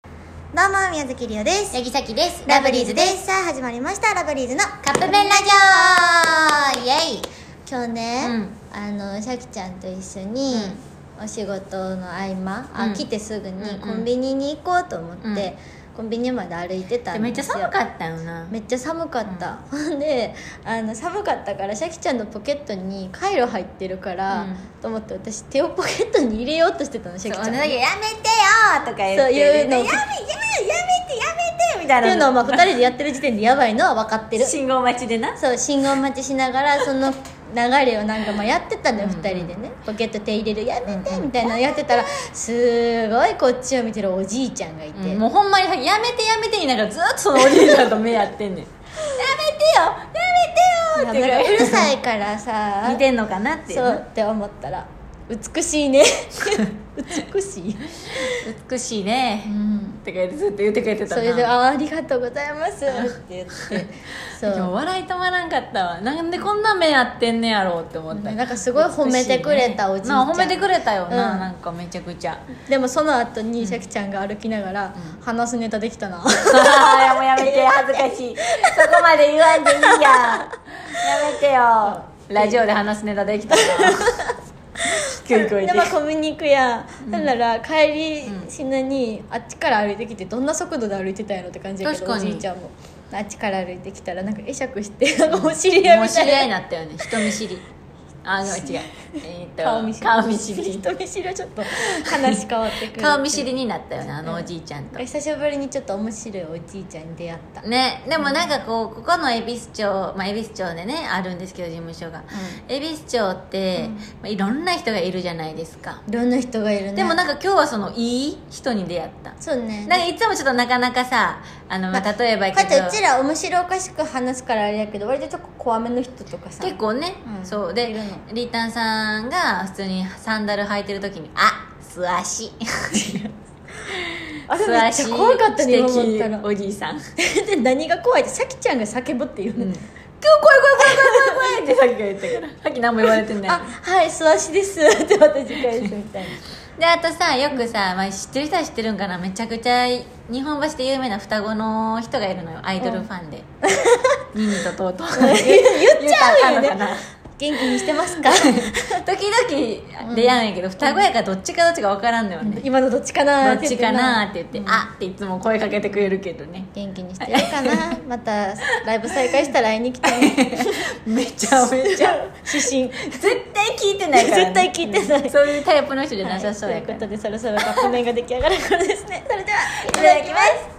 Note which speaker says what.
Speaker 1: どうも宮崎りおです
Speaker 2: 八木咲です
Speaker 1: ラブリーズですさあ始まりましたラブリーズの
Speaker 2: カップ麺ラジオイエイ
Speaker 1: 今日ね、あのシャキちゃんと一緒に、お仕事の合間、
Speaker 2: うん
Speaker 1: あ来てすぐ
Speaker 2: うんう
Speaker 1: に
Speaker 2: ん
Speaker 1: コンビニに行こうと思って、
Speaker 2: うん
Speaker 1: コンビニまで歩いてた
Speaker 2: で
Speaker 1: ん
Speaker 2: めっち
Speaker 1: で
Speaker 2: ゃ
Speaker 1: すよ
Speaker 2: 寒かったよな
Speaker 1: めっちゃ寒かった、ほんであの寒かったからシャキちゃんのポケットにカイロ入ってるから、
Speaker 2: うん
Speaker 1: と思って私手をポケットに入れようとしてたのシャキ
Speaker 2: そう
Speaker 1: ちゃん
Speaker 2: なん
Speaker 1: に
Speaker 2: かやめてよーとか言って
Speaker 1: そういうの
Speaker 2: やめやめやめてやめてみたい
Speaker 1: って
Speaker 2: な
Speaker 1: いうのをまあ2人でやってる時点でやばいのは分かってる
Speaker 2: 信号待ちでな
Speaker 1: そう信号待ちしながらその流れをなんかまあやってたのよ
Speaker 2: うん
Speaker 1: 2人でねポケット手入れるやめて
Speaker 2: うんうん
Speaker 1: みたいなのやってたらすごいこっちを見てるおじいちゃんがいて「
Speaker 2: もうほんまにやめてやめて言いながらずっとそのおじいちゃんと目やってんねんやめ
Speaker 1: なん
Speaker 2: て
Speaker 1: か
Speaker 2: よやめてよ
Speaker 1: う
Speaker 2: って
Speaker 1: るさいからさ
Speaker 2: 見てんのかなってい
Speaker 1: そうう
Speaker 2: な
Speaker 1: って思ったら美しい ね美しい、
Speaker 2: 美しいね
Speaker 1: うん、
Speaker 2: とか言ってずっと言ってくれてた
Speaker 1: そ
Speaker 2: な
Speaker 1: れで「あありがとうございます」って言って
Speaker 2: でも
Speaker 1: そ
Speaker 2: 笑い止まらんかったわなんでこんな目やってんねやろうって思った
Speaker 1: うなんかすごい褒めてくれたおじいちゃん、
Speaker 2: な褒めてくれたよな、
Speaker 1: うん
Speaker 2: なんかめちゃくちゃ
Speaker 1: でもその後にシャキちゃんが歩きながら「話すネタできたな」
Speaker 2: やもうやめて恥ずかしいそこまで言わんでいいやんやめてよラジオで話すネタできたな低い声
Speaker 1: で
Speaker 2: で
Speaker 1: まあコンビニ行くやん、なんなら帰りしなにあっちから歩いてきてどんな速度で歩いてたんやろって感じやけどお
Speaker 2: 確か
Speaker 1: じ
Speaker 2: に
Speaker 1: いちゃんもあっちから歩いてきたらなんか会釈して なんかお知り合い
Speaker 2: もう
Speaker 1: み
Speaker 2: 知
Speaker 1: た
Speaker 2: り合い
Speaker 1: い
Speaker 2: に
Speaker 1: な
Speaker 2: なったよね人見知りあでも違う、えーっと
Speaker 1: 顔見知り
Speaker 2: 顔見知り
Speaker 1: 人見知りはちょっと話変わってくる
Speaker 2: 顔見知りになったよねあのおじいちゃんと、
Speaker 1: 久しぶりにちょっと面白いおじいちゃんに出会った
Speaker 2: ね、でもなんかこうここの恵比寿町、まあ、恵比寿町でねあるんですけど事務所が、恵比寿町って、まあ、いろんな人がいるじゃないですか、
Speaker 1: いろんな人がいるね
Speaker 2: でもなんか今日はそのいい人に出会った
Speaker 1: そうね
Speaker 2: なんかいつもちょっとなかなかさあの、
Speaker 1: まあ
Speaker 2: 例え
Speaker 1: こ
Speaker 2: ば
Speaker 1: う
Speaker 2: や
Speaker 1: や
Speaker 2: け
Speaker 1: って
Speaker 2: ど
Speaker 1: うちら面白おかしく話すからあれやけど割とちょっと怖めの人とかさ
Speaker 2: 結構ね、
Speaker 1: うん
Speaker 2: そう
Speaker 1: い
Speaker 2: で
Speaker 1: るの
Speaker 2: リータンさんが普通にサンダル履いてる時に「あ素足」
Speaker 1: あれめっちゃ怖かったね今思ったら
Speaker 2: 素足素敵おじいさん 「
Speaker 1: で何が怖いってシャキちゃんが叫ぶっていう
Speaker 2: うん
Speaker 1: ね、
Speaker 2: 今日怖い怖い怖い怖い怖い」ってさっきが言ったからさっき何も言われてんだ よ
Speaker 1: あはい素足です って私返すみたい
Speaker 2: であとさよくさ、まあ、知ってる人は知ってるんかなめちゃくちゃ日本橋で有名な双子の人がいるのよアイドルファンで、 ニニとト ート言っちゃう
Speaker 1: よね
Speaker 2: のかな
Speaker 1: な元気にしてます か
Speaker 2: 時々出会うんやけど、双子やからどっちかどっちか分からんのよね、
Speaker 1: 今のどっちかな
Speaker 2: どっちかなって言って「
Speaker 1: うん
Speaker 2: あっ」ていつも声かけてくれるけどね
Speaker 1: 元気にしてるかなまたライブ再開したら会いに来て
Speaker 2: めちゃめ ちゃ
Speaker 1: 指針
Speaker 2: 絶対聞いてないから、
Speaker 1: 絶対聞いてない
Speaker 2: うんそういうタイプの人じゃなさそう
Speaker 1: はい
Speaker 2: やか
Speaker 1: という
Speaker 2: ら、
Speaker 1: ことでそろそろカップ麺が出来上がる頃ですねそれではい
Speaker 2: いただきます